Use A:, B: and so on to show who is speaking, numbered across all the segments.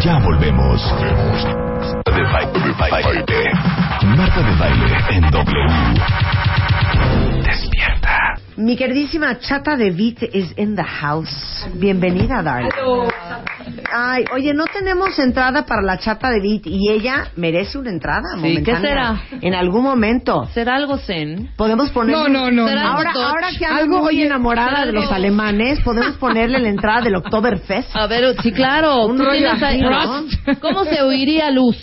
A: Ya volvemos. Marta de baile. Marta de baile en W. Despierta.
B: Mi queridísima chata de Beat is in the house. Bienvenida, Darling. Ay, oye, no tenemos entrada para la chata de Beat y ella merece una entrada
C: Sí,
B: momentánea.
C: ¿qué será?
B: En algún momento.
C: ¿Será algo zen?
B: Podemos ponerle...
D: No, no, no,
C: ¿Será no.
B: Ahora,
C: algo touch?
B: ahora que ando
D: Algo,
B: muy
D: oye,
B: enamorada de
C: ¿será
B: los
C: algo?
B: alemanes, podemos ponerle la entrada del Oktoberfest.
C: A ver, sí, claro.
B: Un
C: tú
B: rollo
C: tienes ahí-
B: así,
D: ¿no?
C: ¿Cómo se oiría luz?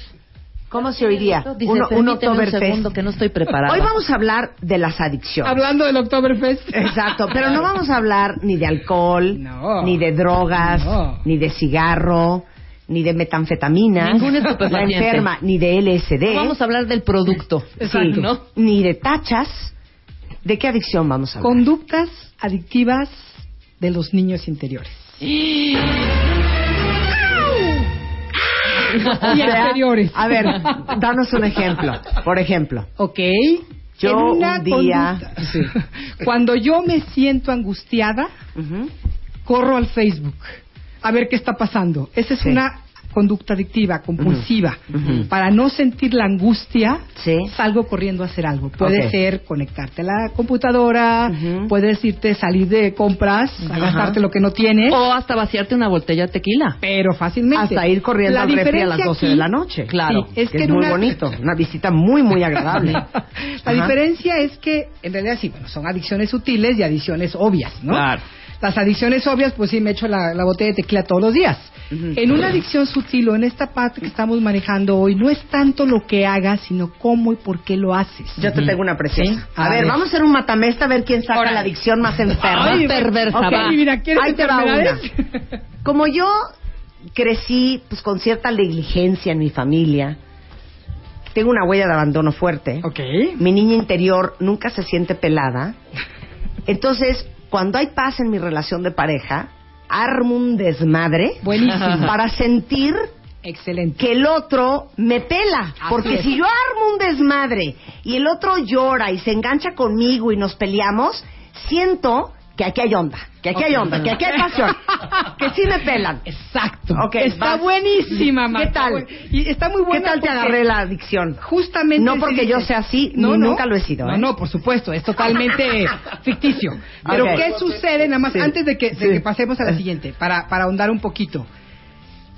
B: ¿Cómo se oiría?
C: Dice,
B: Uno- un
C: permíteme un
B: Oktoberfest.
C: segundo que no estoy preparada.
B: Hoy vamos a hablar de las adicciones.
D: Hablando del Oktoberfest.
B: Exacto, pero no vamos a hablar ni de alcohol,
D: No.
B: ni de drogas,
D: No.
B: ni de cigarro, ni de metanfetaminas,
C: Ningún estupefaciente.
B: la enferma, ni de LSD,
C: Vamos a hablar del producto.
D: Exacto.
C: ¿no?
B: ni de tachas. ¿De qué adicción vamos a hablar?
D: Conductas adictivas de los niños interiores. y
B: O sea,
D: exteriores.
B: Ah, A ver, danos un ejemplo. Por ejemplo,
D: Ok.
B: Yo
D: En una
B: un día-
D: conducta- Sí. Cuando yo me siento angustiada,
B: ujú,
D: corro al Facebook a ver qué está pasando. Esa es
B: Sí.
D: una conducta adictiva, compulsiva.
B: Ujú.
D: Para no sentir la angustia,
B: Sí.
D: salgo corriendo a hacer algo. Puede
B: Ok.
D: ser conectarte a la computadora,
B: Ujú.
D: puedes irte a salir de compras, a gastarte lo que no tienes.
C: ¿eh? O hasta vaciarte una botella de tequila.
D: Pero fácilmente.
B: hasta ir corriendo
D: La
B: al refri a
D: diferencia
B: las 12
D: aquí-
B: de la noche.
C: claro,
B: es
D: es
B: que
D: que
B: es
D: en
B: muy
D: una-
B: bonito, una visita muy, muy agradable.
D: La
B: Ajá.
D: diferencia es que, en realidad, sí, bueno, son adicciones sutiles y adicciones obvias, ¿no?
C: Claro.
D: Las adicciones obvias, pues sí, me echo la, la botella de tequila todos los días.
B: Ujú.
D: En una adicción sutil o en esta parte que estamos manejando hoy, no es tanto lo que hagas, sino cómo y por qué lo haces.
B: Yo te tengo una preciosa.
D: Sí.
B: A,
D: A
B: ver,
D: ver.
B: vamos a hacer un matamesta a ver quién saca
D: Órale.
B: la adicción más enferma.
C: Ay, perversa,
B: Ok,
C: va.
D: mira, ¿quieres
B: Ahí te va una.
D: enfermedades?
B: Como yo crecí pues con cierta negligencia en mi familia, tengo una huella de abandono fuerte.
D: Ok.
B: Mi niña interior nunca se siente pelada. Entonces, cuando hay paz en mi relación de pareja, armo un desmadre
D: Buenísimo.
B: para sentir
D: Excelente.
B: que el otro me pela.
D: Así
B: porque
D: es.
B: si yo armo un desmadre y el otro llora y se engancha conmigo y nos peleamos, siento que aquí hay onda, que aquí hay onda, que aquí hay pasión, que sí me pelan.
D: Exacto.
B: Ok,
D: está
B: vas.
D: buenísima,
B: ¿Qué
D: Marta.
B: tal?
D: Y está muy
B: ¿Qué
D: buena.
B: tal te
D: porque-
B: agarré la adicción?
D: justamente
B: No
D: sí
B: porque
D: dice-
B: yo sea así, ni nunca lo he sido,
D: No,
B: ¿eh?
D: no, por supuesto, es totalmente ficticio. Pero
B: Ok.
D: ¿qué sucede nada más
B: Sí.
D: antes de que, de
B: Sí.
D: que pasemos a la siguiente para para ahondar un poquito?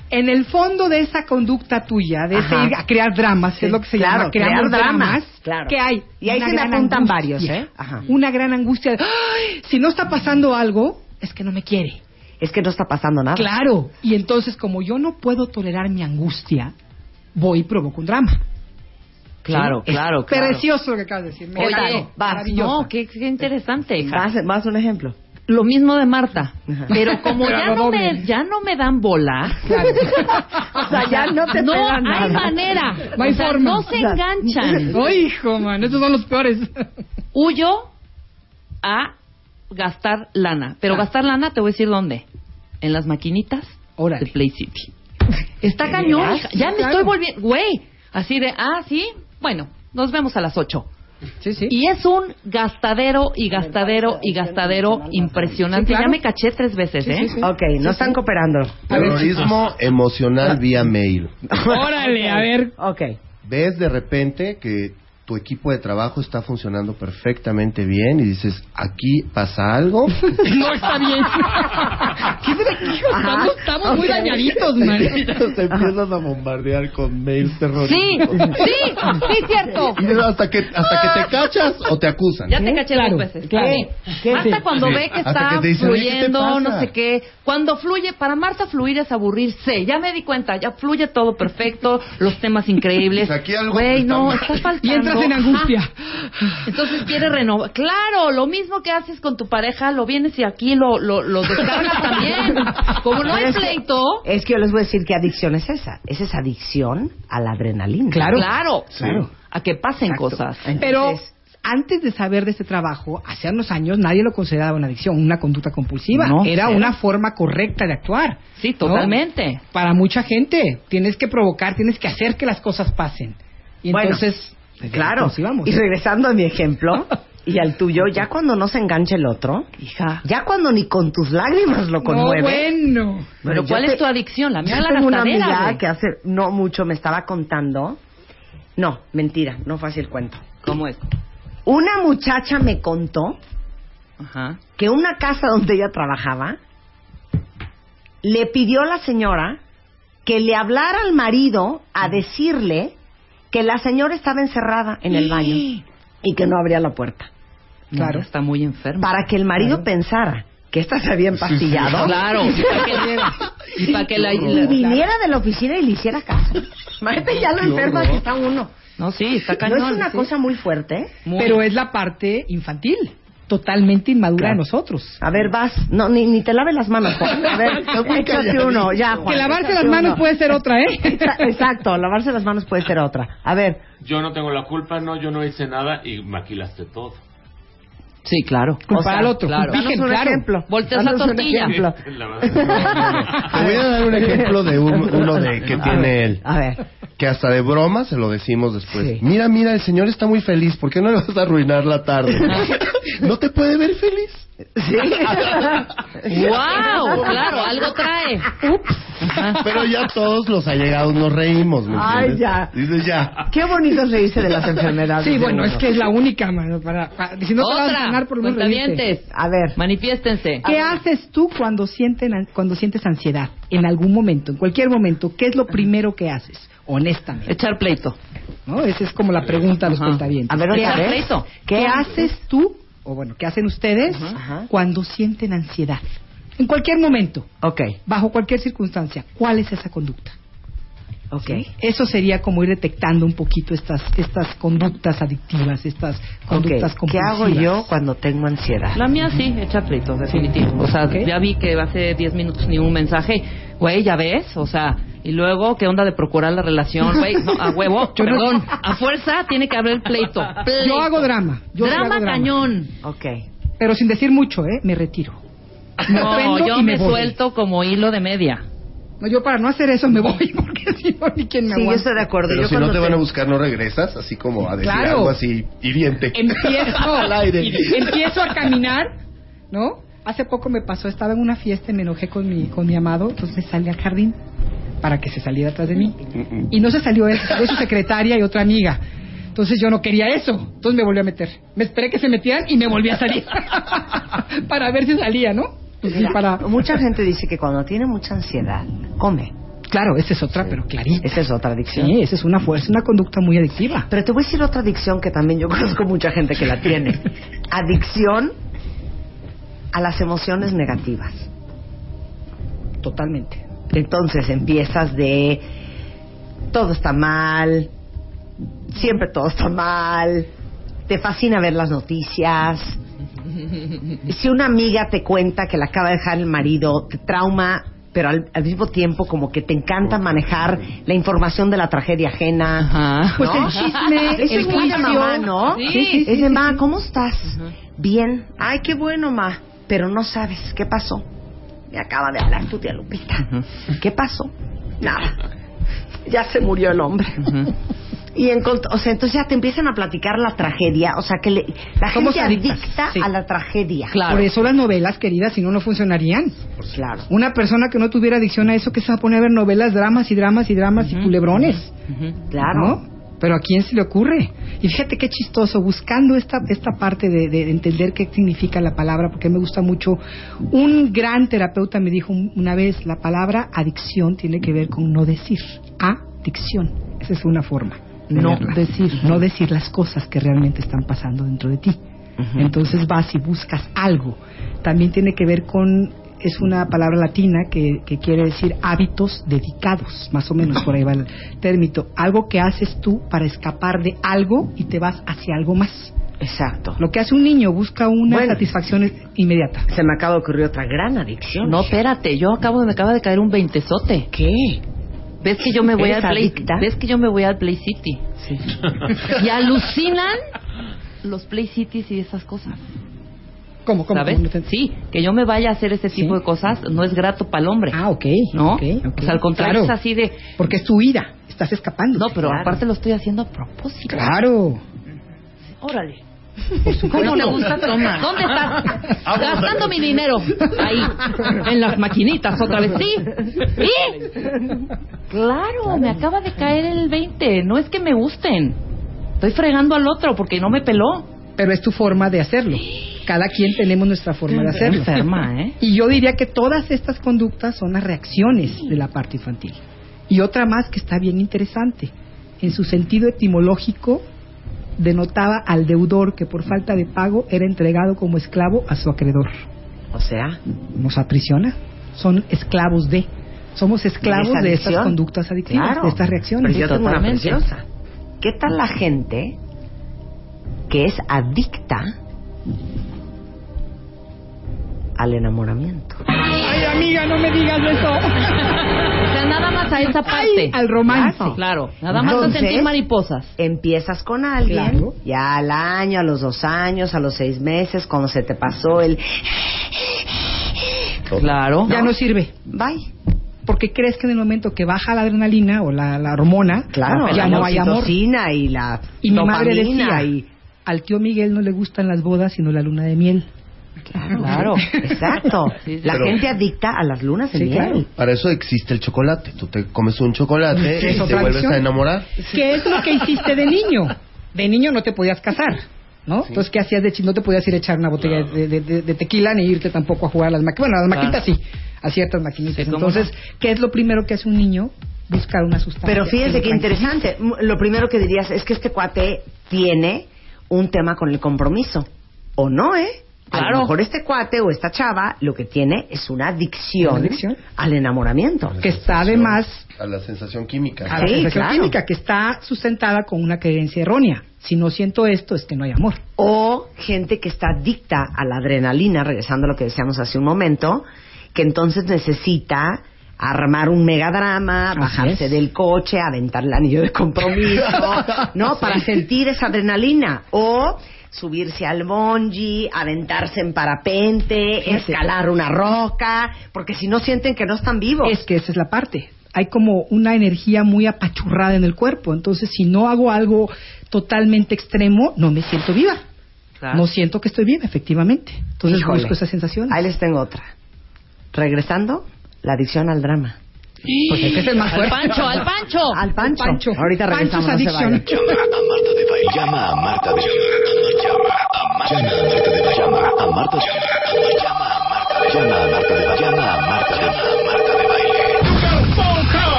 D: En el fondo de esa conducta tuya, de ese
B: Ajá.
D: ir a crear dramas, que es lo que se
B: Claro,
D: llama creando
B: crear dramas, claro.
D: que hay.
B: Y ahí
D: Una
B: se me
D: gran
B: apuntan
D: angustia,
B: varios, ¿eh? Ajá.
D: Una gran angustia de, "Ay, si no está pasando algo, es que no me quiere.
B: Es que no está pasando nada.
D: Claro. Y entonces, como yo no puedo tolerar mi angustia, voy y provoco un drama.
C: Claro,
D: Es
B: Oh,
C: claro, claro.
D: Precioso lo que acabas de decir. Me
C: Oye,
D: encantó,
C: vas,
D: maravilloso.
C: no, qué, qué interesante. hija.
B: Vas, vas un ejemplo.
C: Lo mismo de Marta.
B: Ajá.
C: Pero como ya
D: Pero
C: no,
D: doble.
C: me, ya no me dan bola,
D: Claro.
B: O sea, ya no te
C: no
B: pelan nada.
C: hay manera.
D: No hay
C: O sea,
D: forma.
C: no se enganchan.
D: ¡Oh, hijo, man! Estos son los peores.
C: huyo a gastar lana. Pero
D: Ah.
C: gastar lana, te voy a decir dónde. En las maquinitas
D: Órale.
C: de Play City. Está
D: ¿De
C: cañón.
D: veras?
C: hija. Ya
D: Sí,
C: me
D: claro.
C: estoy volviendo. Güey. Así de, ah, sí. Bueno, nos vemos a las 8.
D: Sí, sí.
C: Y es un gastadero y gastadero y gastadero impresionante.
D: Sí, claro.
C: Ya me caché tres veces, ¿eh?
D: sí.
B: Ok, no están cooperando.
E: Terrorismo emocional vía mail.
D: Órale, a ver.
B: Ok.
E: Ves de repente que tu equipo de trabajo está funcionando perfectamente bien y dices, aquí pasa algo.
D: No está bien. ¿Qué de- hijo, Estamos, estamos muy
B: Ok.
D: dañaditos, man.
E: Te empiezas a bombardear con mails
C: Sí,
E: terroristas.
C: sí, sí, cierto.
E: Y hasta que, hasta que te cachas o te acusan.
C: Ya te caché
D: Claro,
C: dos veces.
D: claro.
C: Sí.
B: ¿Qué?
C: Marta
B: Sí.
C: cuando
E: Sí.
C: ve que
E: Hasta
C: está
E: que te dicen, "Oye, ¿qué te
C: fluyendo,
E: pasa?"
C: no sé qué. Cuando fluye, para Marta fluir es aburrirse. Ya me di cuenta, ya fluye todo perfecto, los temas increíbles.
E: Pues aquí algo
C: Güey,
E: está
C: no,
E: mal.
C: está faltando.
D: Y entras en angustia.
C: Ah, entonces quiere renovar. Claro, lo mismo que haces con tu pareja, lo vienes y aquí lo, lo, lo descargas también. Como no hay
B: Es que-
C: pleito.
B: Es que yo les voy a decir qué adicción es esa. Esa es adicción a la adrenalina.
D: Claro.
C: Claro.
E: Claro.
C: A que pasen
B: Exacto.
C: cosas.
D: Pero
B: Entonces-
D: antes de saber de este trabajo, hace unos años nadie lo consideraba una adicción, una conducta compulsiva.
C: No,
D: Era
C: cero.
D: una forma correcta de actuar.
C: Sí,
D: ¿no?
C: totalmente.
D: Para mucha gente. Tienes que provocar, tienes que hacer que las cosas pasen. Y
B: Bueno,
D: entonces.
B: Claro.
D: pues, sí, vamos.
B: Y regresando a mi ejemplo, Y al tuyo, ya cuando no se engancha el otro,
C: Hija.
B: ya cuando ni con tus lágrimas lo conmueve.
D: No, bueno.
C: Pero
B: yo
C: ¿cuál
B: te-
C: es tu adicción? La mía
B: Yo
C: la
B: tengo una
C: gastadera,
B: amiga
C: güey.
B: que hace no mucho me estaba contando. No, mentira, no fue así el cuento.
C: ¿Cómo es?
B: Una muchacha me contó
C: Ajá.
B: que una casa donde ella trabajaba le pidió a la señora que le hablara al marido a decirle que la señora estaba encerrada en el baño y que no abría la puerta.
C: Claro. está muy enferma.
B: Para que el marido pensara que esta se había empastillado
C: Claro. Y para que- y para que la...
B: y
C: la-
B: viniera de la oficina y le hiciera caso. Imagínate ya lo enferma que está uno.
C: No, sí, está
B: No
C: cañón.
B: es una
C: sí.
B: cosa muy fuerte. ¿eh?
C: Muy-
D: Pero es la parte infantil, totalmente inmadura
B: Claro.
D: de nosotros.
B: A ver, vas. No, ni, ni te laves las manos, Juan. A ver, échate uno. Ya, Juan.
D: Que lavarse las
B: échate
D: manos
B: uno.
D: puede ser otra, ¿eh?
B: Exa- Exacto, lavarse las manos puede ser otra. A ver,
F: Yo no tengo la culpa, no, yo no hice nada y maquilaste todo.
C: Sí, claro.
D: Culpar
C: O sea,
D: al otro.
C: Claro.
D: Culpar-
B: danos un
D: claro.
B: ejemplo.
C: Volteas la
B: Danos un
C: tortilla.
B: ejemplo.
F: La verdad.
E: Te voy a dar un ejemplo de un- uno de que tiene él.
B: A ver,
E: Que hasta de broma se lo decimos después.
B: Sí.
E: Mira, mira, el señor está muy feliz. ¿Por qué no le vas a arruinar la tarde? ¿No te puede ver feliz?
C: ¡Wow! Claro, algo trae.
E: Pero ya todos los allegados nos reímos. ¿me
B: Ay,
E: entiendes?
B: ya.
E: Dices ya.
B: qué bonito se dice de las enfermedades.
D: Sí,
B: de
D: bueno,
B: uno.
D: es que es la única, mano. Para, para- si no te vas a
C: Otra.
D: ganar por lo menos reírte.
C: Cuentavientes.
B: A ver,
C: Manifiéstense.
D: ¿Qué haces tú cuando, sienten, an- cuando sientes ansiedad? En algún momento, en cualquier momento, ¿qué es lo primero que haces? Honestamente.
C: Echar pleito.
D: ¿no? Esa es como la pregunta a los
C: Ajá.
D: cuentavientes.
B: a ver
C: ¿Qué
B: otra
C: haces?
B: vez.
D: ¿Qué haces tú, o bueno, qué hacen ustedes
B: Ajá.
D: cuando sienten ansiedad? En cualquier momento,
B: Ok,
D: bajo cualquier circunstancia, ¿cuál es esa conducta?
B: ok.
D: Eso sería como ir detectando un poquito estas, estas conductas adictivas, estas conductas
B: Ok, Eh, ¿Qué hago
D: compulsivas.
B: yo cuando tengo ansiedad?
C: La mía sí, echar pleito, definitivo. O sea,
D: Ok.
C: ya vi que hace 10 minutos ni un mensaje. Güey, ya ves, o sea, y luego, ¿qué onda de procurar la relación? Güey, no, a huevo,
D: Yo no-
C: perdón. A fuerza tiene que haber pleito. pleito.
D: Yo hago drama. Yo sí
C: drama
D: hago drama.
C: cañón.
B: Ok.
D: Pero sin decir mucho, ¿eh? Me retiro. Me
C: No,
D: ofendo
C: yo
D: y
C: me,
D: me voy.
C: suelto como hilo de media.
D: No, yo para no hacer eso me voy, porque si no, ni quien me
B: Sí, yo
D: aguanta.
B: estoy de acuerdo.
E: Pero
B: Yo
E: si no
B: cuando
E: te van a
B: tengo-
E: buscar, no regresas. Así como a decir
D: Claro.
E: algo así hiriente.
D: empiezo
E: al aire.
D: empiezo a caminar, ¿no? Hace poco me pasó, estaba en una fiesta y me enojé con mi, con mi amado, entonces salí al jardín para que se saliera atrás de mí. Y no se salió él, se salió su secretaria y otra amiga. Entonces yo no quería eso, entonces me volví a meter. Me esperé que se metieran y me volví a salir para ver si salía, ¿no? Pues sí,
B: Mira,
D: para...
B: Mucha gente dice que cuando tiene mucha ansiedad, come.
D: Claro, esa es otra, pero clarita.
B: Esa es otra adicción.
D: Sí, esa es una fuerza, una conducta muy adictiva.
B: Pero te voy a decir otra adicción que también yo conozco mucha gente que la tiene. Adicción a las emociones negativas.
D: Totalmente.
B: Entonces empiezas de todo está mal, siempre todo está mal, te fascina ver las noticias. Si una amiga te cuenta que la acaba de dejar el marido, te trauma, pero al, al mismo tiempo como que te encanta manejar la información de la tragedia ajena.
C: Ajá.
D: Pues
B: ¿No?
D: el chisme,
B: Eso
D: el
B: es muy de
D: juicio.
B: mamá, ¿no?
C: Sí, sí, sí,
B: Es de ma, ¿cómo estás?
C: Ajá.
B: Bien. Ay, qué bueno, ma. Pero no sabes, ¿qué pasó? Me acaba de hablar tu tía Lupita. ¿Qué pasó? Nada. Ya se murió el hombre.
C: Ujú.
B: Y encont- o sea, entonces ya te empiezan a platicar la tragedia, o sea, que le- la
D: Somos
B: gente
D: adictas,
B: adicta
D: sí.
B: a la tragedia.
C: Claro.
D: Por eso las novelas, queridas, si no, no funcionarían.
B: Claro.
D: Una persona que no tuviera adicción a eso, que se va a poner a ver novelas, dramas y dramas y dramas y culebrones.
C: Ujú.
B: Claro.
D: ¿no? Pero ¿a quién se le ocurre? Y fíjate qué chistoso, buscando esta, esta parte de, de entender qué significa la palabra, porque me gusta mucho. Un gran terapeuta me dijo un- una vez, la palabra adicción tiene que ver con no decir. Adicción. Esa es una forma. de
C: No
D: verla. No decir las cosas que realmente están pasando dentro de ti. Entonces vas y buscas algo. También tiene que ver con, es una palabra latina que, que quiere decir hábitos dedicados, más o menos por ahí va el término. Algo que haces tú para escapar de algo y te vas hacia algo más.
B: Exacto.
D: Lo que hace un niño busca una
B: Bueno.
D: satisfacción inmediata.
B: Se me acaba de ocurrir otra gran adicción.
C: No, espérate, yo acabo de, me acaba de caer un veintesote.
B: ¿Qué?
C: ¿Ves que yo me voy
B: ¿Eres
C: al Play,
B: adicta?
C: ¿Ves que yo me voy al Play City?
B: Sí.
C: Y alucinan los Play Cities y esas cosas.
D: ¿Cómo? ¿Cómo?
C: ¿Sabes?
D: ¿Cómo?
C: Sí, que yo me vaya a hacer ese tipo
D: Sí.
C: de cosas no es grato para el hombre.
D: Ah, ok.
C: ¿No?
D: ok, ok.
C: O sea, al contrario,
D: Claro,
C: es así de.
D: Porque es tu ira, estás escapando.
C: No, pero
B: Claro.
C: aparte lo estoy haciendo a propósito.
D: Claro.
C: Órale. ¿Cómo le gusta tomar? ¿Dónde estás?
B: Ah,
C: Gastando mi dinero. Ahí. En las maquinitas otra vez. Sí. ¿Sí? Claro, me acaba de caer el 20. No es que me gusten. Estoy fregando al otro porque no me peló.
D: Pero es tu forma de hacerlo. Cada quien tenemos nuestra forma de hacerlo.
C: Enferma, ¿eh?
D: Y yo diría que todas estas conductas son las reacciones de la parte infantil. Y otra más que está bien interesante. En su sentido etimológico, denotaba al deudor que por falta de pago era entregado como esclavo a su acreedor.
B: O sea,
D: Nos aprisiona. Son esclavos de. Somos esclavos
B: esa
D: de estas
B: adicción.
D: conductas adictivas,
B: Claro.
D: de estas reacciones.
B: Pero yo tengo una
C: Totalmente.
B: preciosa. ¿Qué tal la gente que es adicta al enamoramiento?
D: Ay, amiga, no me digas eso.
C: O sea, nada más a esa parte.
D: Ay, al romance.
C: Claro, claro. Nada más a
B: Entonces-
C: sentir mariposas.
B: Empiezas con alguien,
D: Claro.
B: ya al año, a los dos años, a los seis meses, cuando se te pasó el
C: Claro.
D: Ya no sirve.
B: bye.
D: Porque crees que en el momento que baja la adrenalina o la, la hormona,
B: Claro,
D: ya
B: la
D: no hay amor.
B: oxitocina y la
D: Y mi madre
B: dopamina
D: decía,
B: y
D: al tío Miguel no le gustan las bodas, sino la luna de miel.
B: claro, exacto.
C: Sí, sí.
B: La
E: Pero-
B: gente adicta a las lunas de
D: Sí,
B: miel.
D: claro.
E: Para eso existe el chocolate. Tú te comes un chocolate
D: Sí, es
E: y te
D: otra
E: vuelves
D: adicción.
E: a enamorar.
D: ¿Qué es lo que hiciste de niño? De niño no te podías casar, ¿no? Entonces, ¿qué hacías de chico? No te podías ir a echar una botella de, de- de- de tequila ni irte tampoco a jugar a las maquinitas. Bueno, a las maquinitas sí, a ciertas
C: Sí,
D: maquinitas.
C: cómo
D: Entonces, ¿qué es lo primero que hace un niño? Buscar una sustancia.
B: Pero
D: que
B: fíjense
D: lo
B: qué
D: tranquilice.
B: interesante. M- Lo primero que dirías es que este cuate tiene un tema con el compromiso. ¿O no, eh? A
C: Claro.
B: lo mejor este cuate o esta chava lo que tiene es una adicción,
D: ¿Una adicción?
B: al enamoramiento.
E: A la
D: Que está
E: sensación-
D: además-
E: A la sensación química.
D: A la
B: Sí,
D: sensación
B: claro.
D: química que está sustentada con una creencia errónea. Si no siento esto, es que no hay amor.
B: O gente que está adicta a la adrenalina, regresando a lo que decíamos hace un momento, que entonces necesita armar un megadrama,
D: Así
B: bajarse
D: es.
B: del coche, aventar el anillo de compromiso, ¿no? Para sentir esa adrenalina. O subirse al bonji, aventarse en parapente,
D: Fíjate.
B: escalar una roca, porque si no sienten que no están vivos.
D: Es que esa es la parte. Hay como una energía muy apachurrada en el cuerpo. Entonces, si no hago algo totalmente extremo, no me siento viva.
C: Claro.
D: No siento que estoy viva, efectivamente. Entonces,
B: Híjole.
D: busco esa sensación.
B: Ahí les tengo otra. Regresando, la adicción al drama.
D: Pues es que es el más
C: Al
D: fuerte.
C: Pancho, al Pancho.
B: Al Pancho.
D: Pancho.
B: Ahorita regresamos.
D: Pancho's
B: no se
D: addiction.
B: vayan.
A: Llama a Marta de Baile. Llama a Marta de Llama a Marta de Baile. Llama a Marta de Baile. Llama a Marta de Llama a Marta de Baile. Llama a Marta de Baile.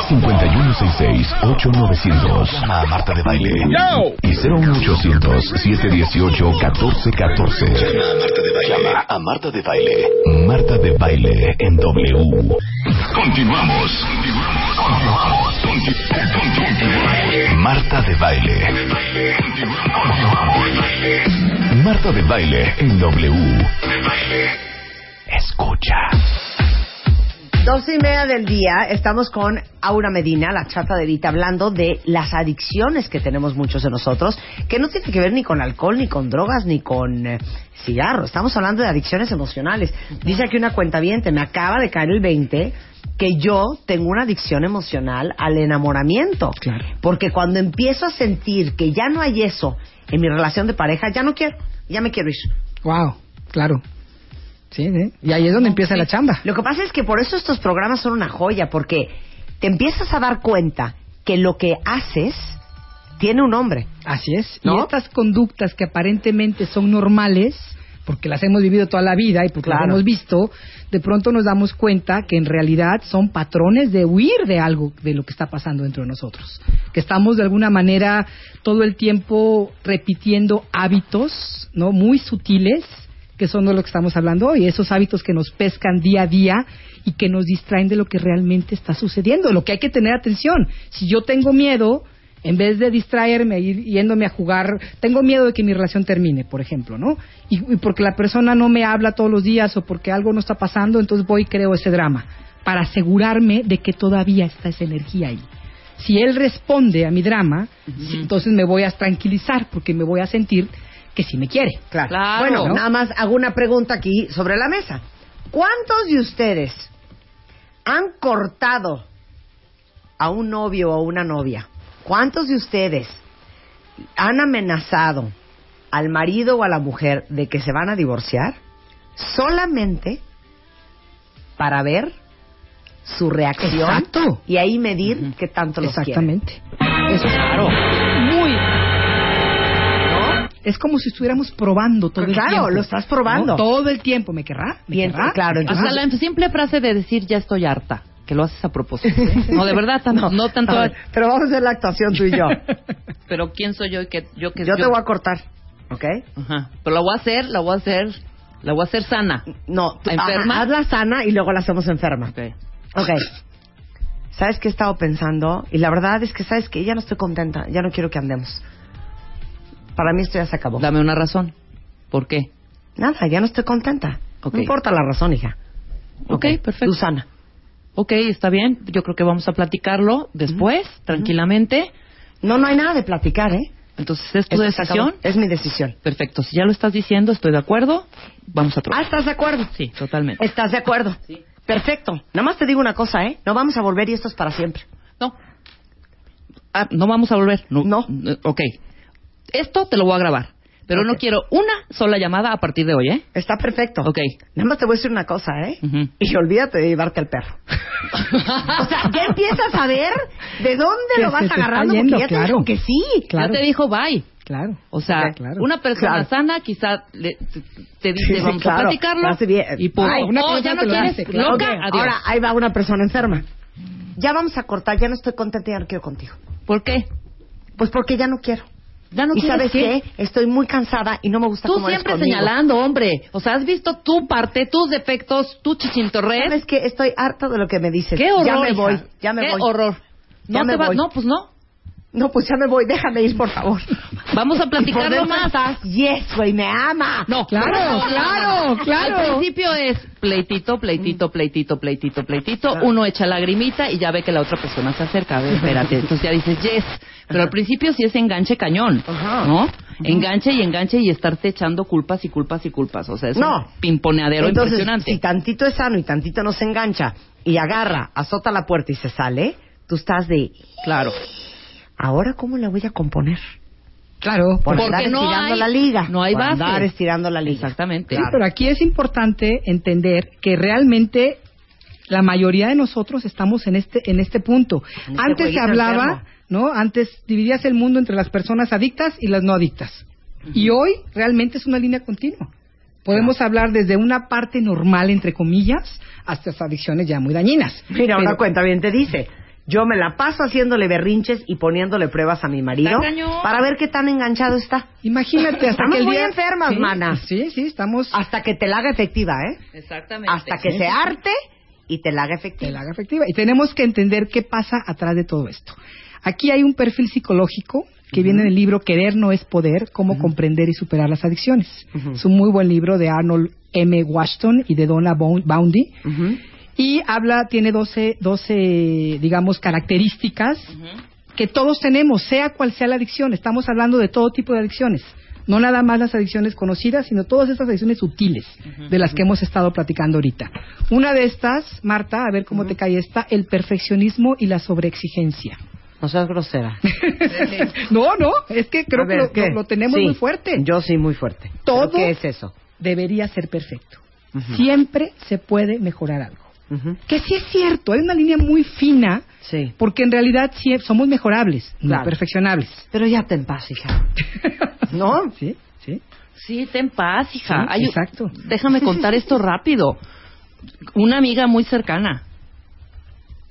A: 5166-8900. Llama a Marta de Baile. Y 01800-718-1414. Llama a Marta de Baile. Llama a Marta de Baile. Marta de Baile en W. Continuamos. Continuamos. Marta de Baile. Marta de Baile en W. Escucha.
B: 12 y media del día estamos con Aura Medina, la chata de Vita, hablando de las adicciones que tenemos muchos de nosotros, que no tiene que ver ni con alcohol, ni con drogas, ni con eh, cigarro. Estamos hablando de adicciones emocionales. Dice aquí una cuenta me acaba de caer el 20, que yo tengo una adicción emocional al enamoramiento.
D: Claro.
B: Porque cuando empiezo a sentir que ya no hay eso en mi relación de pareja, ya no quiero, ya me quiero ir.
D: Wow, claro. Sí, ¿eh? Y ahí es donde empieza la chamba.
B: Lo que pasa es que por eso estos programas son una joya, porque te empiezas a dar cuenta que lo que haces tiene un nombre.
D: Así es. Y
B: ¿No?
D: estas conductas que aparentemente son normales, porque las hemos vivido toda la vida y porque las
B: Claro.
D: hemos visto, de pronto nos damos cuenta que en realidad son patrones de huir de algo, de lo que está pasando dentro de nosotros. Que estamos de alguna manera todo el tiempo repitiendo hábitos, ¿no? Muy sutiles que son de lo que estamos hablando hoy, esos hábitos que nos pescan día a día y que nos distraen de lo que realmente está sucediendo, lo que hay que tener atención. Si yo tengo miedo, en vez de distraerme y yéndome a jugar, tengo miedo de que mi relación termine, por ejemplo, ¿no? Y, y porque la persona no me habla todos los días o porque algo no está pasando, entonces voy y creo ese drama para asegurarme de que todavía está esa energía ahí. Si él responde a mi drama, entonces me voy a tranquilizar porque me voy a sentir que sí me quiere.
B: Claro.
C: Claro.
B: Bueno,
D: ¿No?
B: nada más hago una pregunta aquí sobre la mesa. ¿Cuántos de ustedes han cortado a un novio o a una novia? ¿Cuántos de ustedes han amenazado al marido o a la mujer de que se van a divorciar solamente para ver su reacción
D: Exacto.
B: y ahí medir qué tanto los quieren.
D: Exactamente. Eso es claro. Muy. Es como si estuviéramos probando todo el
B: Claro,
D: tiempo.
B: lo estás probando.
D: ¿No? Todo el tiempo. ¿Me querrá? ¿Me
B: Bien, claro,
D: querrá? ¿Me querrá?
B: entonces-
C: Hasta la simple frase de decir ya estoy harta, que lo haces a propósito. ¿eh? No, de verdad, tan- no, tanto.
B: A ver, pero vamos a hacer la actuación tú y yo.
C: Pero quién soy yo y que yo que
B: Yo te voy a cortar, ¿ok?
C: Ajá. Pero la voy a hacer, la voy a hacer, la voy a hacer sana.
B: No, tú,
C: ¿Enferma?
B: ajá, hazla sana y luego la hacemos enferma.
C: Ok.
B: Ok. ¿Sabes qué he estado pensando? Y la verdad es que, ¿sabes que Ya no estoy contenta, ya no quiero que andemos. Para mí esto ya se acabó.
C: Dame una razón. ¿Por qué?
B: Nada, ya no estoy contenta.
C: Ok.
B: No importa la razón, hija.
C: Ok, perfecto.
B: Susana.
C: Ok, está bien. Yo creo que vamos a platicarlo después, tranquilamente.
B: No, no hay nada de platicar, ¿eh?
C: Entonces, ¿es tu
B: Esto se
C: decisión?
B: acabó. Es mi decisión.
C: Perfecto. Si ya lo estás diciendo, estoy de acuerdo. Vamos a
B: Ah,
C: trabajar.
B: ¿estás de acuerdo?
C: Sí, totalmente.
B: ¿Estás de acuerdo?
C: Sí.
B: Perfecto. Nada más te digo una cosa, ¿eh? No vamos a volver y esto es para siempre.
C: No. Ah, no vamos a volver. No. Eh,
B: No.
C: Ok. Esto te lo voy a grabar. Pero no
B: Ok.
C: quiero una sola llamada a partir de hoy, ¿eh?
B: Está perfecto.
C: Ok.
B: Nada más te voy a decir una cosa, ¿eh?
C: Ujú.
B: Y olvídate de llevarte al perro. o sea, ya empiezas a ver de dónde
D: Que
B: lo vas
D: se te está
B: agarrando
D: yendo,
B: porque ya te
D: claro.
B: dijo que sí.
D: Claro.
C: Ya te dijo bye.
D: Claro.
C: O sea,
B: Ok, claro.
C: una persona
B: Claro.
C: sana quizá le- te, te dice,
B: Sí, sí,
C: vamos
B: claro.
C: a platicarlo.
B: Hace bien.
C: Y pues,
D: Ay, una
C: oh,
D: cosa
C: ya no
D: te lo
C: quieres,
D: hace, claro.
C: loca,
B: Ok,
C: adiós.
B: Ahora, ahí va una persona enferma. Ya vamos a cortar, ya no estoy contenta, ya no quiero contigo.
C: ¿Por qué?
B: Pues porque ya no quiero.
C: Ya no
B: ¿Y
C: quieres
B: sabes qué? Estoy muy cansada y no me gusta
C: Tú
B: cómo eres
C: siempre
B: conmigo.
C: señalando, hombre. O sea, has visto tu parte, tus defectos, tu chichintorrés.
B: ¿Sabes qué? Estoy harta de lo que me dices.
C: ¿eh? Qué horror.
B: Ya me
C: hija.
B: voy, ya me
C: qué
B: voy.
C: horror.
B: Ya
C: No
B: me
C: te vas,
B: voy.
C: no, pues no.
B: No, pues ya me voy, déjame ir, por favor.
C: Vamos
B: Y
C: a
B: por
C: platicarlo
B: dentro
C: más.
B: estás, Yes, güey, me ama.
C: No,
D: Claro, claro, claro.
C: Al principio es pleitito, pleitito, pleitito, pleitito, pleitito. Uno echa lagrimita y ya ve que la otra persona se acerca. A ver, espérate. Entonces ya dices yes. Pero al principio sí es enganche cañón,
B: Ajá.
C: ¿no? Enganche y enganche y estarte echando culpas y culpas y culpas. O sea, es un
B: No.
C: pimponeadero
B: Entonces,
C: impresionante.
B: si tantito es sano y tantito no se engancha y agarra, azota la puerta y se sale, tú estás de,
C: Claro.
B: ¿ahora cómo la voy a componer?
D: Claro.
B: Por
C: Porque
B: andar
C: no
B: estirando
C: hay-
B: la liga.
C: no hay
B: Por
C: base.
B: andar estirando la liga.
C: Exactamente.
D: Sí, pero aquí es importante entender que realmente la mayoría de nosotros estamos en este en este punto.
B: En este
D: Antes se
B: jueguito
D: hablaba,
B: enfermo.
D: ¿no? Antes dividías el mundo entre las personas adictas y las no adictas. Y hoy realmente es una línea continua. Podemos hablar desde una parte normal entre comillas hasta las adicciones ya muy dañinas.
B: Mira,
D: Pero-
B: una cuenta bien te dice. Yo me la paso haciéndole berrinches y poniéndole pruebas a mi marido
C: Está cañón.
B: para ver qué tan enganchado está.
D: Imagínate hasta
B: Estamos
D: que el
B: muy
D: día
B: enfermas,
D: Sí,
B: mana.
D: Sí, sí, estamos
B: Hasta que te la haga efectiva, ¿eh?
C: Exactamente.
B: Hasta que se arte y te la haga efectiva.
D: que la haga efectiva. Y tenemos que entender qué pasa atrás de todo esto. Aquí hay un perfil psicológico que viene en el libro Querer no es poder, cómo comprender y superar las adicciones. Es un muy buen libro de Arnold M. Washington y de Donna Boun- Boundy. Y habla, tiene 12, 12 digamos, características que todos tenemos, sea cual sea la adicción. Estamos hablando de todo tipo de adicciones. No nada más las adicciones conocidas, sino todas estas adicciones sutiles de las que hemos estado platicando ahorita. Una de estas, Marta, a ver cómo te cae esta, el perfeccionismo y la sobreexigencia.
B: No seas grosera.
D: no, no, es que creo
B: A ver,
D: que lo-
B: ¿qué?
D: lo, lo tenemos
B: Sí,
D: muy fuerte.
B: Yo sí, muy fuerte.
D: Todo-
B: ¿Pero ¿Qué es eso?
D: Debería ser perfecto. Siempre se puede mejorar algo.
B: Ujú.
D: Que sí es cierto, hay una línea muy fina,
B: Sí.
D: porque en realidad sí somos mejorables,
B: Claro.
D: no perfeccionables.
B: Pero ya te en paz, hija. ¿No?
D: Sí, sí.
C: Sí, ten paz, hija.
D: Sí,
C: Ay,
D: exacto.
C: Déjame contar esto rápido. Una amiga muy cercana.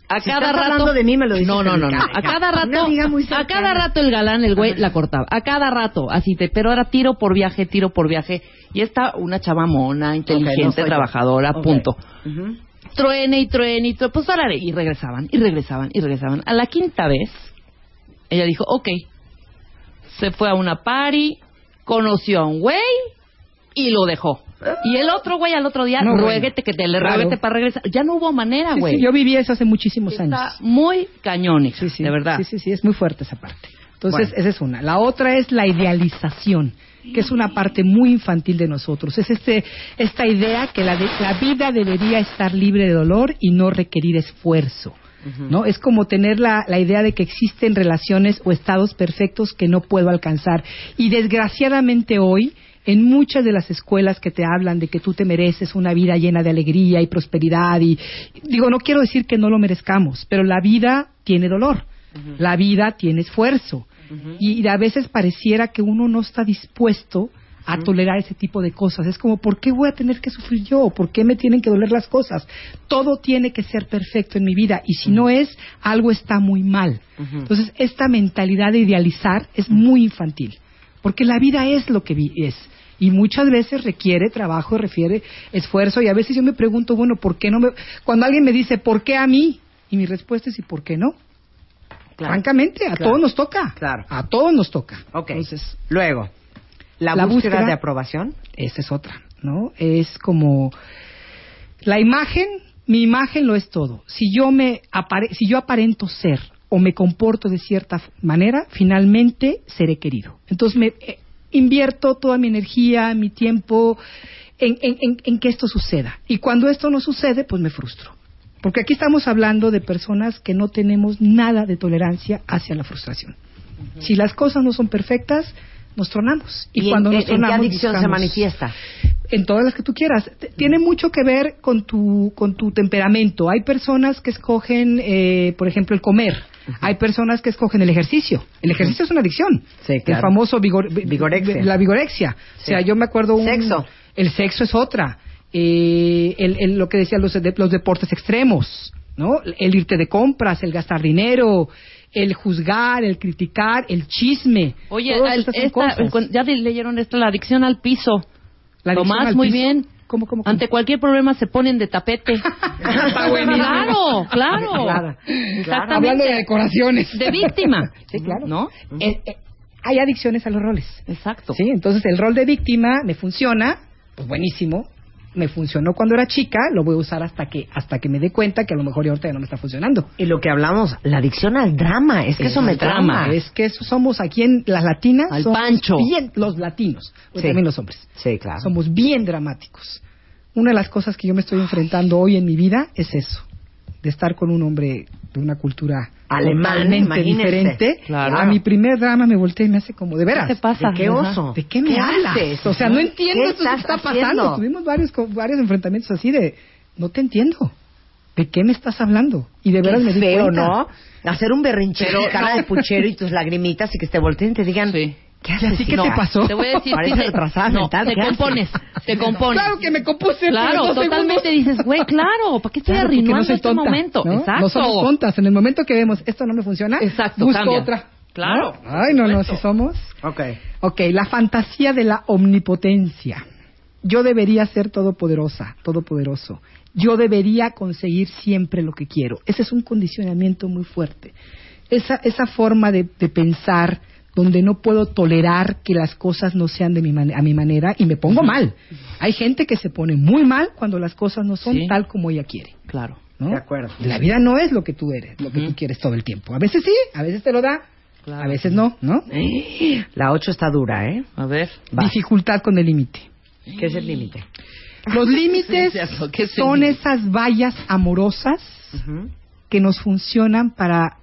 C: A
B: Si
C: cada
B: estás
C: rato
B: hablando de mí, me lo dices
C: No, no,
B: en
C: no, no.
B: cara,
C: A
B: hija.
C: cada
B: Una amiga muy
C: rato a
B: cercana.
C: cada rato el galán, el güey la cortaba. A cada rato, así te, pero era tiro por viaje, tiro por viaje y está una chava mona, inteligente,
B: no soy yo.
C: trabajadora,
B: Ok.
C: punto
B: Ujú.
C: truene y truene y truene, pues órale, y regresaban, y regresaban, y regresaban. A la quinta vez, ella dijo, ok, se fue a una party, conoció a un güey y lo dejó. Y el otro güey al otro día,
D: No, bueno.
C: ruéguete que te le
D: Claro.
C: ruéguete para regresar. Ya no hubo manera, Ah,
D: Sí,
C: güey.
D: sí, yo viví eso hace muchísimos
C: Está
D: años.
C: muy cañón, hija,
D: Sí, sí,
C: de verdad.
D: Sí, sí, sí, es muy fuerte esa parte. Entonces,
B: Bueno.
D: esa es una. La otra es la idealización, que es una parte muy infantil de nosotros. Es este, esta idea que la, de- la vida debería estar libre de dolor y no requerir esfuerzo. ¿no? Es como tener la, la idea de que existen relaciones o estados perfectos que no puedo alcanzar. Y desgraciadamente hoy, en muchas de las escuelas que te hablan de que tú te mereces una vida llena de alegría y prosperidad y digo, no quiero decir que no lo merezcamos, pero la vida tiene dolor, la vida tiene esfuerzo y, y a veces pareciera que uno no está dispuesto a tolerar ese tipo de cosas. Es como, ¿por qué voy a tener que sufrir yo? ¿Por qué me tienen que doler las cosas? Todo tiene que ser perfecto en mi vida y si no es, algo está muy mal. Entonces, esta mentalidad de idealizar es muy infantil porque la vida es lo que vi- es y muchas veces requiere trabajo, requiere esfuerzo y a veces yo me pregunto, bueno, ¿por qué no me cuando alguien me dice, "¿Por qué a mí?" y mi respuesta es, "¿Y por qué no?"
B: Claro.
D: Francamente, a
B: Claro.
D: todos nos toca.
B: Claro.
D: A todos nos toca.
B: Ok.
D: Entonces,
B: Luego, la,
D: La
B: búsqueda,
D: búsqueda-
B: de aprobación.
D: esa es otra, ¿no? Es como la imagen, mi imagen lo es todo. Si yo me apare- si yo aparento ser o me comporto de cierta f- manera, finalmente seré querido. Entonces me eh, invierto toda mi energía, mi tiempo en, en- en- en que esto suceda. Y cuando esto no sucede, pues me frustro. Porque aquí estamos hablando de personas que no tenemos nada de tolerancia hacia la frustración. Si las cosas no son perfectas, nos tronamos. Y,
B: en-
D: cuando
B: en,
D: nos
B: en qué
D: tronamos,
B: adicción se
D: buscamos-
B: manifiesta?
D: en todas las que tú quieras. T- Tiene mucho que ver con tu, con tu temperamento. Hay personas que escogen, eh, por ejemplo, el comer. Hay personas que escogen el ejercicio. El ejercicio es una adicción.
B: Sí, claro.
D: El famoso vigor, vi-
B: Vigorexia.
D: La vigorexia. O sea, yo me acuerdo un...
B: Sexo.
D: El sexo es otra. Eh, el, el- lo que decían los, de- los deportes extremos, ¿no? El irte de compras, el gastar dinero, el juzgar, el criticar, el chisme.
C: Oye,
D: Todas
C: al-
D: estas son
C: esta-
D: cosas.
C: con- ya le- leyeron esto, la adicción al piso.
D: La adicción
C: Tomás,
D: al
C: muy
D: piso.
C: bien.
D: ¿Cómo, cómo, cómo?
C: Ante cualquier problema se ponen de tapete. claro, claro.
B: Claro.
C: Exactamente.
D: Hablando de decoraciones.
C: De víctima.
D: Sí, claro.
C: ¿No?
D: Eh, eh, hay adicciones a los roles.
C: Exacto.
D: Sí, entonces el rol de víctima me funciona, pues buenísimo. Me funcionó cuando era chica, lo voy a usar hasta que hasta que me dé cuenta que a lo mejor ya ahorita ya no me está funcionando.
B: Y lo que hablamos, la adicción al drama. Es que eso me trama.
D: Es que eso somos aquí en las latinas.
C: Al
D: somos
C: pancho.
D: bien- los latinos, o
B: Sí.
D: también los hombres.
B: Sí, claro.
D: Somos bien dramáticos. Una de las cosas que yo me estoy enfrentando hoy en mi vida es eso, de estar con un hombre de una cultura
B: Alemán,
D: totalmente
B: imagínese.
D: diferente.
B: Claro.
D: A mi primer drama me volteé y me hace como, ¿de veras?
C: ¿Qué te pasa?
B: ¿De qué
C: Ajá.
B: oso?
D: ¿De qué me hablas?
B: haces?
D: O sea, no entiendo
B: ¿Qué
D: esto que
B: estás
D: está pasando.
B: haciendo?
D: Tuvimos varios, co- varios enfrentamientos así de, no te entiendo. ¿De qué me estás hablando? Y de veras
B: Qué
D: me di
B: feo,
D: cuenta.
B: ¿no? Hacer un berrinchero, cara de puchero y tus lagrimitas y que te volteen y te digan,
C: Sí.
B: ¿qué haces?
D: ¿Y qué
B: No,
D: te pasó?
C: Te voy a decir.
B: Parece
C: sí, te-
B: retrasada
C: no,
B: mental,
C: te
B: ¿qué haces?
C: compones. Te compones.
D: Claro que me compuse. pero en
C: Claro,
D: dos segundos-
C: totalmente dices, güey, claro, ¿para qué estoy
D: Claro, porque
C: arruinando
D: no soy
C: este
D: tonta,
C: momento?
D: ¿no?
C: Exacto.
D: No somos tontas. En el momento que vemos esto no me funciona,
C: Exacto,
D: busco
C: cambia.
D: otra.
C: Claro,
D: ¿No? Ay, no, no,
C: supuesto.
D: si somos.
B: Ok.
D: Ok, la fantasía de la omnipotencia. Yo debería ser todopoderosa, todopoderoso. Yo debería conseguir siempre lo que quiero. Ese es un condicionamiento muy fuerte. Esa, esa forma de, de pensar donde no puedo tolerar que las cosas no sean de mi mane- a mi manera y me pongo mal. Hay gente que se pone muy mal cuando las cosas no son
C: Sí.
D: tal como ella quiere.
C: Claro.
D: ¿no?
B: De acuerdo.
D: La vida no es lo que tú eres, lo que tú quieres todo el tiempo. A veces sí, a veces te lo da,
C: Claro.
D: a veces no, ¿no?
B: La 8 está dura, ¿eh?
C: A ver.
B: Va.
D: Dificultad con el límite.
B: ¿Qué es el límite?
D: Los límites
C: Sí, cierto, ¿qué es el
D: son
C: límite?
D: esas vallas amorosas
B: Ujú.
D: que nos funcionan para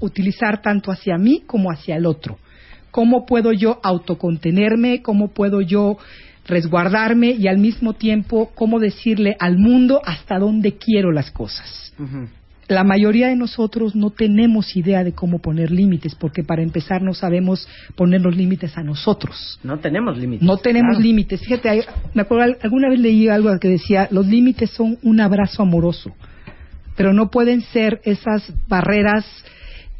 D: utilizar tanto hacia mí como hacia el otro. ¿Cómo puedo yo autocontenerme? ¿Cómo puedo yo resguardarme? Y al mismo tiempo, ¿cómo decirle al mundo hasta dónde quiero las cosas?
B: Ujú.
D: La mayoría de nosotros no tenemos idea de cómo poner límites, porque para empezar no sabemos poner los límites a nosotros.
B: No tenemos límites.
D: No tenemos
B: Claro.
D: límites. Fíjate, hay- me acuerdo, al- alguna vez leí algo que decía, los límites son un abrazo amoroso, pero no pueden ser esas barreras,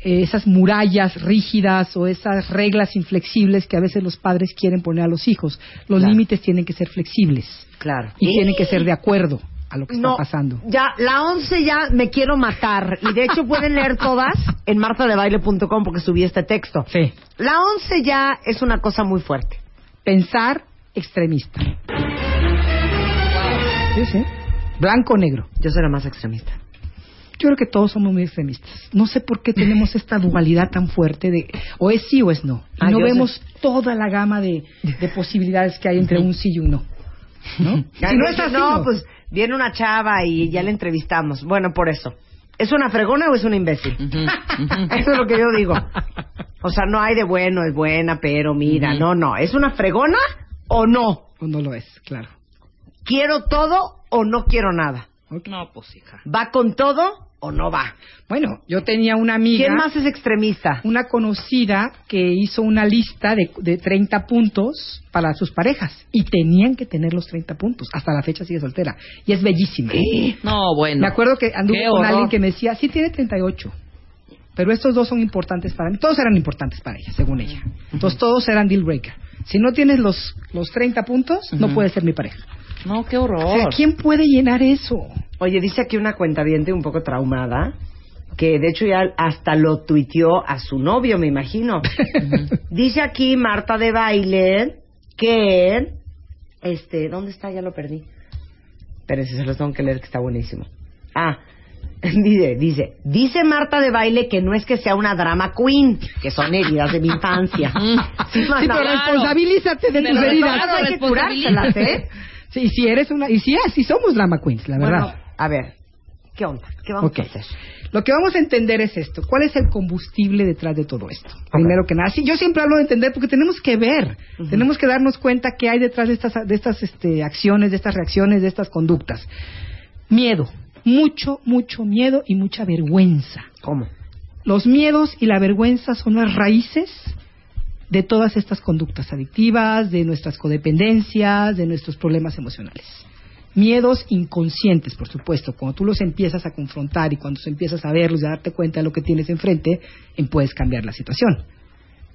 D: eh, esas murallas rígidas o esas reglas inflexibles que a veces los padres quieren poner a los hijos. Los
B: Claro.
D: límites tienen que ser flexibles
B: Claro.
D: y tienen que ser de acuerdo a lo que
B: No,
D: está pasando.
B: Ya, la 11 ya me quiero matar. Y de hecho pueden leer todas en martadebaile.com porque subí este texto.
D: Sí.
B: La 11 ya es una cosa muy fuerte.
D: Pensar extremista. Sí, sí. Blanco-negro.
B: Yo soy la más extremista.
D: Yo creo que todos somos muy extremistas. No sé por qué tenemos esta dualidad tan fuerte de o es sí o es no. Y
B: Ah,
D: no
B: yo
D: vemos
B: sé.
D: toda la gama de, de posibilidades que hay entre un sí y un no. ¿No?
B: Ya,
D: Si no
B: yo
D: es
B: sé,
D: así,
B: no,
D: no.
B: pues viene una chava y ya la entrevistamos. Bueno, por eso. ¿Es una fregona o es una imbécil? Eso es lo que yo digo. O sea, no hay de bueno, es buena, pero mira, no, no. ¿Es una fregona o no?
D: O no lo es, claro.
B: ¿Quiero todo o no quiero nada?
C: No, pues hija.
B: ¿Va con todo o no va?
D: Bueno, yo tenía una amiga.
B: ¿Quién más es extremista?
D: una conocida que hizo una lista de, de 30 puntos para sus parejas y tenían que tener los 30 puntos. Hasta la fecha sigue soltera y es bellísima.
C: No, bueno.
D: Me acuerdo que anduve
C: Qué
D: con
C: horror.
D: alguien que me decía, sí tiene 38, pero estos dos son importantes para mí. Todos eran importantes para ella, según ella. Entonces todos eran deal breaker. Si no tienes los, los 30 puntos, no
C: Ujú.
D: puedes ser mi pareja.
C: No, qué
D: O sea,
C: horror.
D: ¿quién puede llenar eso?
B: Oye, dice aquí una cuenta un poco traumada que de hecho ya hasta lo tuiteó a su novio, me imagino. dice aquí Marta de Baile que este, ¿dónde está? Ya lo perdí. Pero si se los tengo que leer que está buenísimo. Ah, dice, dice, dice Marta de Baile que no es que sea una drama queen, que son heridas de mi infancia. sí,
D: Sí, pero
B: Marta,
D: responsabilízate de
C: Pero
D: tus
C: claro,
D: heridas.
B: hay que curárselas, ¿eh?
D: Sí, y si eres una, y si así somos drama queens, la verdad.
B: Bueno, a ver, ¿qué onda? ¿Qué vamos
D: Ok.
B: a hacer?
D: Lo que vamos a entender es esto. ¿Cuál es el combustible detrás de todo esto? Primero que nada. Sí, yo siempre hablo de entender porque tenemos que ver. Tenemos que darnos cuenta qué hay detrás de estas, de estas este, acciones, de estas reacciones, de estas conductas. Miedo. Mucho, mucho miedo y mucha vergüenza.
B: ¿Cómo?
D: Los miedos y la vergüenza son las raíces de todas estas conductas adictivas, de nuestras codependencias, de nuestros problemas emocionales. Miedos inconscientes, por supuesto. Cuando tú los empiezas a confrontar y cuando tú empiezas a verlos y a darte cuenta de lo que tienes enfrente, em, puedes cambiar la situación.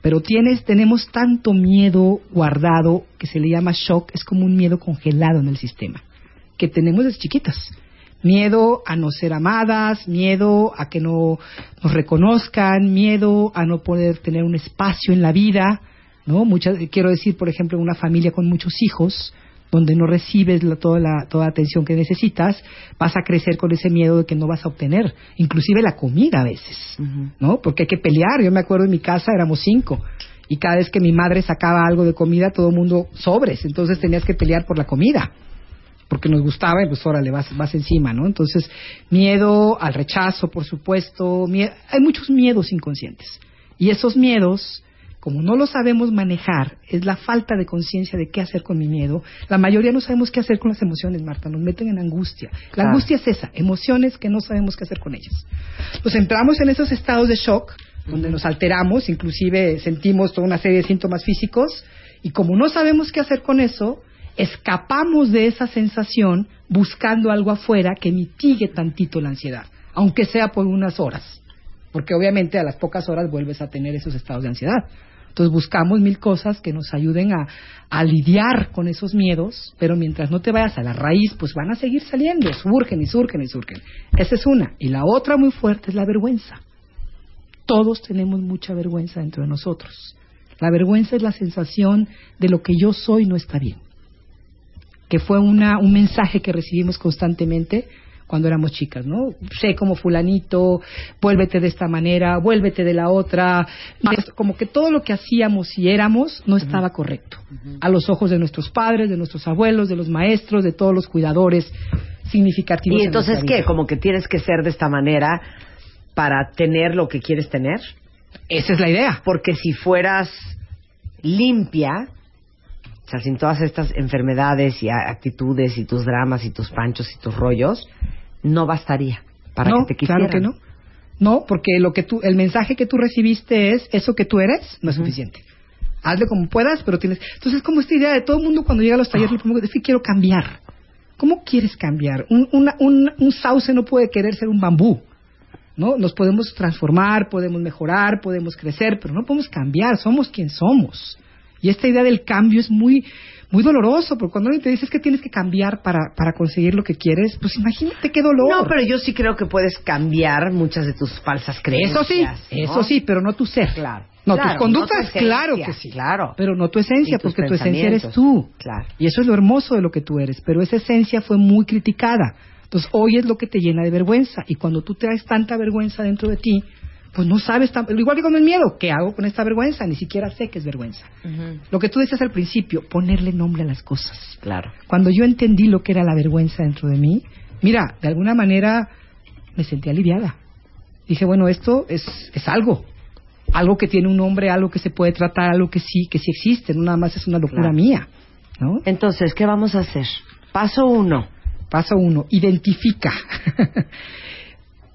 D: Pero tienes, tenemos tanto miedo guardado que se le llama shock, es como un miedo congelado en el sistema, que tenemos desde chiquitas. Miedo a no ser amadas, miedo a que no nos reconozcan, miedo a no poder tener un espacio en la vida, ¿no? Muchas, quiero decir, por ejemplo, una familia con muchos hijos, donde no recibes la- toda la toda la atención que necesitas, vas a crecer con ese miedo de que no vas a obtener, inclusive la comida a veces, ¿no? Porque hay que pelear. Yo me acuerdo en mi casa éramos cinco y cada vez que mi madre sacaba algo de comida, todo el mundo sobres, entonces tenías que pelear por la comida porque nos gustaba y pues órale, vas, vas encima, ¿no? Entonces, miedo al rechazo, por supuesto, mie- hay muchos miedos inconscientes. Y esos miedos, como no los sabemos manejar, es la falta de conciencia de qué hacer con mi miedo. La mayoría no sabemos qué hacer con las emociones, Marta, nos meten en angustia. La
B: Claro.
D: angustia es esa, emociones que no sabemos qué hacer con ellas. Pues entramos en esos estados de shock, donde nos alteramos, inclusive sentimos toda una serie de síntomas físicos, y como no sabemos qué hacer con eso, escapamos de esa sensación buscando algo afuera que mitigue tantito la ansiedad, aunque sea por unas horas porque obviamente a las pocas horas vuelves a tener esos estados de ansiedad. Entonces buscamos mil cosas que nos ayuden a, a lidiar con esos miedos, pero mientras no te vayas a la raíz, pues van a seguir saliendo, surgen y surgen y surgen. Esa es una. Y la otra muy fuerte es la vergüenza. Todos tenemos mucha vergüenza dentro de nosotros. La vergüenza es la sensación de lo que yo soy no está bien que fue una, un mensaje que recibimos constantemente cuando éramos chicas, ¿no? Sé como fulanito, vuélvete de esta manera, vuélvete de la otra, Es como que todo lo que hacíamos y éramos no estaba correcto, a los ojos de nuestros padres, de nuestros abuelos, de los maestros, de todos los cuidadores significativos.
B: ¿Y
D: en
B: entonces
D: nuestra
B: qué?
D: vida.
B: ¿Como que tienes que ser de esta manera para tener lo que quieres tener?
D: Esa es la idea.
B: Porque si fueras limpia, o sea, sin todas estas enfermedades y a- actitudes y tus dramas y tus panchos y tus rollos, no bastaría para
D: no,
B: que te quisieran.
D: Claro que no. No, porque lo que tú, el mensaje que tú recibiste es eso que tú eres no es suficiente. Hazle como puedas, pero tienes. Entonces, es como esta idea de todo el mundo cuando llega a los
B: Ah.
D: talleres, le pongo, es que quiero cambiar. ¿Cómo quieres cambiar? Un, una- un, un sauce no puede querer ser un bambú. ¿no? Nos podemos transformar, podemos mejorar, podemos crecer, pero no podemos cambiar, somos quien somos. Y esta idea del cambio es muy, muy doloroso, porque cuando alguien te dices que tienes que cambiar para, para conseguir lo que quieres, pues imagínate qué dolor.
B: No, pero yo sí creo que puedes cambiar muchas de tus falsas creencias.
D: Eso sí,
B: ¿no?
D: eso sí, pero no tu ser.
B: Claro.
D: No,
B: Claro,
D: tus conductas,
B: no tu
D: claro que
B: esencia,
D: sí.
B: claro.
D: Pero no tu esencia,
B: Y tus
D: porque tu esencia eres
B: pensamientos.
D: tú.
B: Claro.
D: Y eso es lo hermoso de lo que tú eres. Pero esa esencia fue muy criticada. Entonces, hoy es lo que te llena de vergüenza. Y cuando tú traes tanta vergüenza dentro de ti, pues no sabes tan... Igual que con el miedo, ¿qué hago con esta vergüenza? Ni siquiera sé que es vergüenza. Lo que tú decías al principio, ponerle nombre a las cosas
B: Claro.
D: cuando yo entendí lo que era la vergüenza dentro de mí, mira, de alguna manera me sentí aliviada. Dije, bueno, esto es, es algo. Algo que tiene un nombre, algo que se puede tratar, algo que sí, que sí existe. No nada más es una locura
B: Claro.
D: mía. ¿no?
B: Entonces, ¿qué vamos a hacer? Paso uno.
D: Paso uno, identifica.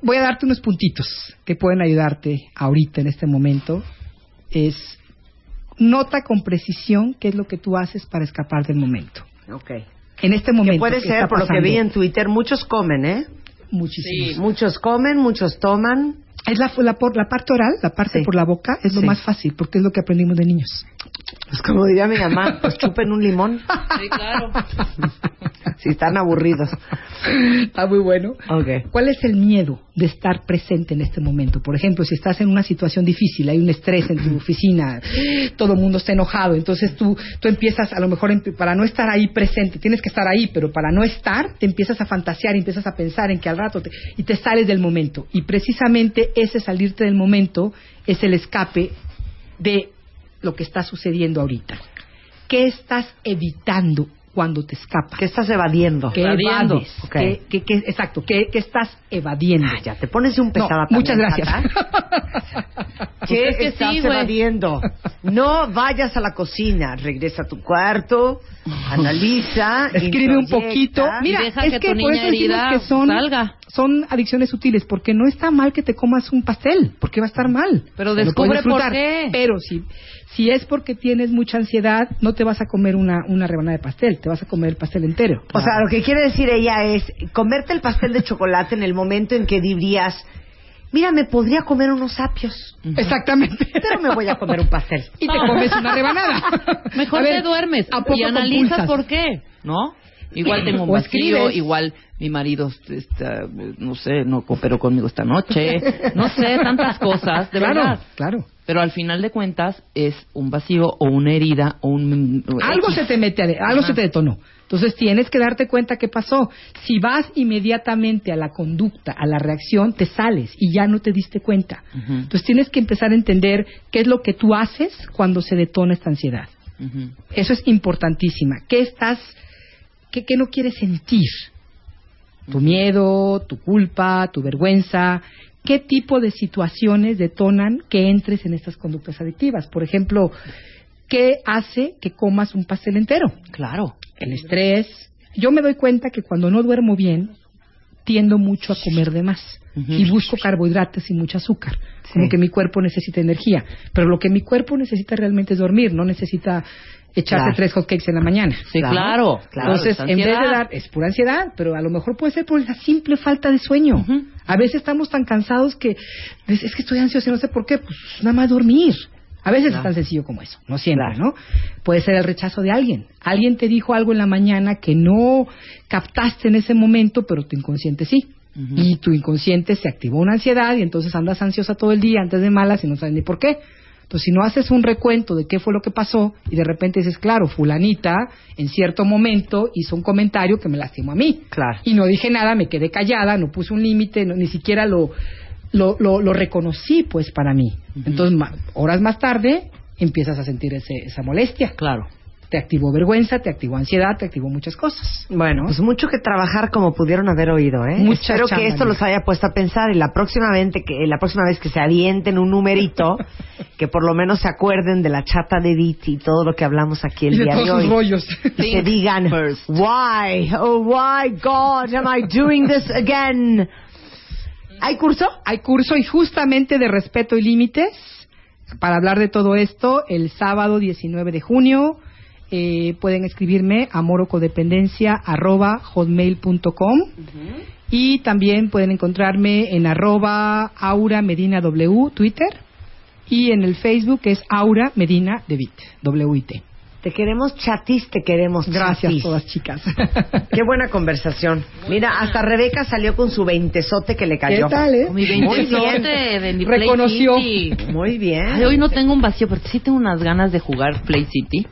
D: Voy a darte unos puntitos que pueden ayudarte ahorita en este momento. Es nota con precisión qué es lo que tú haces para escapar del momento.
B: Ok.
D: En este
B: Que
D: momento.
B: puede
D: ¿qué
B: ser,
D: está
B: por lo que
D: pasando?
B: vi en Twitter, muchos comen, ¿eh?
D: Muchísimos.
B: Muchos comen, muchos toman.
D: Es la, la por, la parte oral, la parte
B: Sí.
D: por la boca, es lo
B: Sí.
D: más fácil porque es lo que aprendimos de niños.
B: Pues como diría mi mamá, pues chupen un limón
C: Sí, claro.
B: si están aburridos.
D: Está muy bueno.
B: Ok.
D: ¿Cuál es el miedo de estar presente en este momento? Por ejemplo, si estás en una situación difícil, hay un estrés en tu oficina, todo el mundo está enojado, entonces tú, tú empiezas, a lo mejor empe- para no estar ahí presente, tienes que estar ahí, pero para no estar, te empiezas a fantasear, empiezas a pensar en que al rato te- y te sales del momento. Y precisamente ese salirte del momento es el escape de lo que está sucediendo ahorita. ¿Qué estás evitando cuando te escapas?
B: ¿Qué estás evadiendo?
D: que
C: Evadiendo.
D: evades,
B: Ok.
D: que, que- que- exacto, que, que estás evadiendo.
B: Ah, ya, te pones de un
D: No,
B: pesado
D: muchas gracias.
B: ¿Qué
C: Pues es que
B: estás
C: sí, güey.
B: evadiendo? No vayas a la cocina, regresa a tu cuarto, analiza,
D: Escribe un
B: introyecta.
D: poquito. Mira,
C: deja
D: es
C: que
D: que,
C: tu niña
D: por eso decimos
C: herida
D: que son,
C: salga.
D: son adicciones sutiles, porque no está mal que te comas un pastel, porque va a estar mal.
C: Pero
D: Lo puedes
C: descubre por
D: disfrutar.
C: qué.
D: Pero si, si es porque tienes mucha ansiedad, no te vas a comer una, una rebanada de pastel, te vas a comer el pastel entero.
B: O sea, lo que quiere decir ella es comerte el pastel de chocolate en el momento en que dirías, mira, me podría comer unos apios,
D: Exactamente.
B: pero me voy a comer un pastel.
D: y te comes una rebanada.
C: Mejor
D: A ver,
C: te duermes
D: ¿a poco
C: y analizas
D: compulsas?
C: por qué, ¿no? Igual tengo un
D: O
C: vacío,
D: escribes.
C: igual mi marido está, no sé, no cooperó conmigo esta noche, no sé, tantas cosas, de
D: claro,
C: verdad.
D: Claro.
C: Pero al final de cuentas es un vacío o una herida o un...
D: Algo se te mete, ade- algo
C: Ajá.
D: se te detonó. Entonces tienes que darte cuenta qué pasó. Si vas inmediatamente a la conducta, a la reacción, te sales y ya no te diste cuenta.
C: Ujú.
D: Entonces tienes que empezar a entender qué es lo que tú haces cuando se detona esta ansiedad.
C: Ujú.
D: Eso es importantísima. ¿Qué estás, qué, qué no quieres sentir? Tu miedo, tu culpa, tu vergüenza. ¿Qué tipo de situaciones detonan que entres en estas conductas adictivas? Por ejemplo, ¿qué hace que comas un pastel entero?
C: Claro.
D: El estrés. Yo me doy cuenta que cuando no duermo bien, tiendo mucho a comer de más
C: Ujú.
D: y busco carbohidratos y mucho azúcar, como que mi cuerpo necesita energía. Pero lo que mi cuerpo necesita realmente es dormir, no necesita echarse
B: Claro.
D: tres hotcakes en la mañana.
C: Sí, claro. claro,
D: Entonces,
C: es
D: en vez de
C: ansiedad.
D: dar, es pura ansiedad, pero a lo mejor puede ser por la simple falta de sueño.
C: Ujú.
D: A veces estamos tan cansados que es, es que estoy ansioso y no sé por qué, pues nada más dormir. A veces es tan sencillo como eso, no siempre, ¿no? Puede ser el rechazo de alguien. Alguien te dijo algo en la mañana que no captaste en ese momento, pero tu inconsciente sí.
C: Ujú.
D: Y tu inconsciente se activó una ansiedad y entonces andas ansiosa todo el día, antes de malas y no sabes ni por qué. Entonces, si no haces un recuento de qué fue lo que pasó y de repente dices, claro, fulanita en cierto momento hizo un comentario que me lastimó a mí.
B: Claro.
D: Y no dije nada, me quedé callada, no puse un límite, no- ni siquiera lo, lo, lo, lo reconocí pues para mí. Entonces, ma- horas más tarde empiezas a sentir ese, esa molestia.
C: Claro.
D: Te activó vergüenza, te activó ansiedad, te activó muchas cosas.
B: Bueno, pues mucho que trabajar como pudieron haber oído, ¿eh?
D: Mucha
B: Espero
D: chamba,
B: que esto
D: Ana.
B: los haya puesto a pensar y la próxima, vente que, la próxima vez que se avienten un numerito, que por lo menos se acuerden de la chata de Viti y todo lo que hablamos aquí el
D: Y de
B: día
D: todos
B: de
D: sus
B: hoy.
D: rollos.
B: Y que digan,
C: first.
B: why, oh why God, am I doing this again? ¿Hay curso?
D: Hay curso y justamente de respeto y límites para hablar de todo esto el sábado 19 de junio. Eh, pueden escribirme a morocodependencia.hotmail.com y también pueden encontrarme en arroba Aura Medina W, Twitter, y en el Facebook que es Aura Medina de Vit, WIT.
B: Te queremos chatis, te queremos
D: Gracias
B: chatis.
D: todas chicas.
B: Qué buena conversación. Mira, hasta Rebeca salió con su veintesote que le
D: ¿Qué
B: cayó.
D: tal, eh?
C: Mi
B: Muy
C: 20
B: bien.
C: este de mi
D: Reconoció.
C: Play City.
B: Muy bien.
C: Ay, hoy no tengo un vacío, pero sí tengo unas ganas de jugar Play City.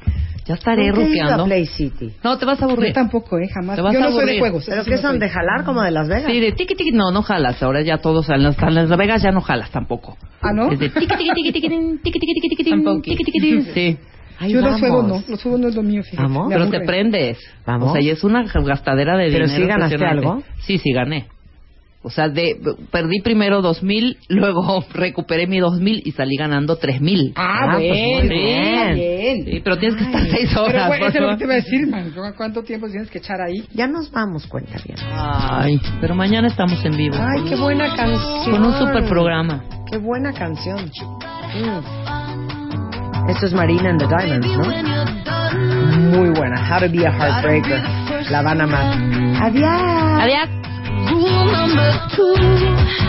C: Ya estaré
B: Nunca he ido
C: ruteando.
B: a Play City.
C: No, te vas a
D: Yo
C: aburrir.
D: tampoco, eh, jamás.
C: Te
D: Yo
C: vas
D: no
C: a
D: soy de
C: aburrir.
D: juegos.
B: ¿Pero
D: eso
B: qué
D: Pues sí no
B: son?
D: soy.
B: ¿De jalar como de Las Vegas?
C: Sí, de tiqui tiqui, no, no jalas. Ahora ya todos en las, en las Vegas ya no jalas tampoco.
D: ¿Ah, no?
C: Es de tiqui tiqui tiqui tiqui tiqui tiqui tiqui tiqui tiqui tiqui tiqui Sí. Ay,
D: Yo los
C: vamos.
D: juegos no, los juegos no es lo mío, fíjate.
B: Vamos.
D: me
C: Pero te
D: aburren.
C: prendes.
B: Vamos.
C: O sea, y es una gastadera de
B: Pero
C: dinero.
B: sí ganaste
C: impresionante.
B: algo.
C: Sí, sí gané. O sea, de, perdí primero 2.000, luego recuperé mi 2.000 y salí ganando 3.000.
D: Ah,
B: pues,
D: bueno,
B: muy
D: bien.
C: Sí, pero tienes que estar 6
D: Pero
C: horas.
D: bueno,
C: por
D: eso es lo que
C: favor.
D: te iba a decir, man. ¿Cuánto tiempo tienes que echar ahí?
B: Ya nos vamos, cuenta bien.
C: Ay, pero mañana estamos en vivo.
B: Ay, qué buena canción.
C: con un super programa.
B: Qué buena canción. Mm. Esto es Marina and the Diamonds, ¿no? Muy buena. How to be a heartbreaker. La van a amar. Adiós.
C: Adiós.
G: Rule number two.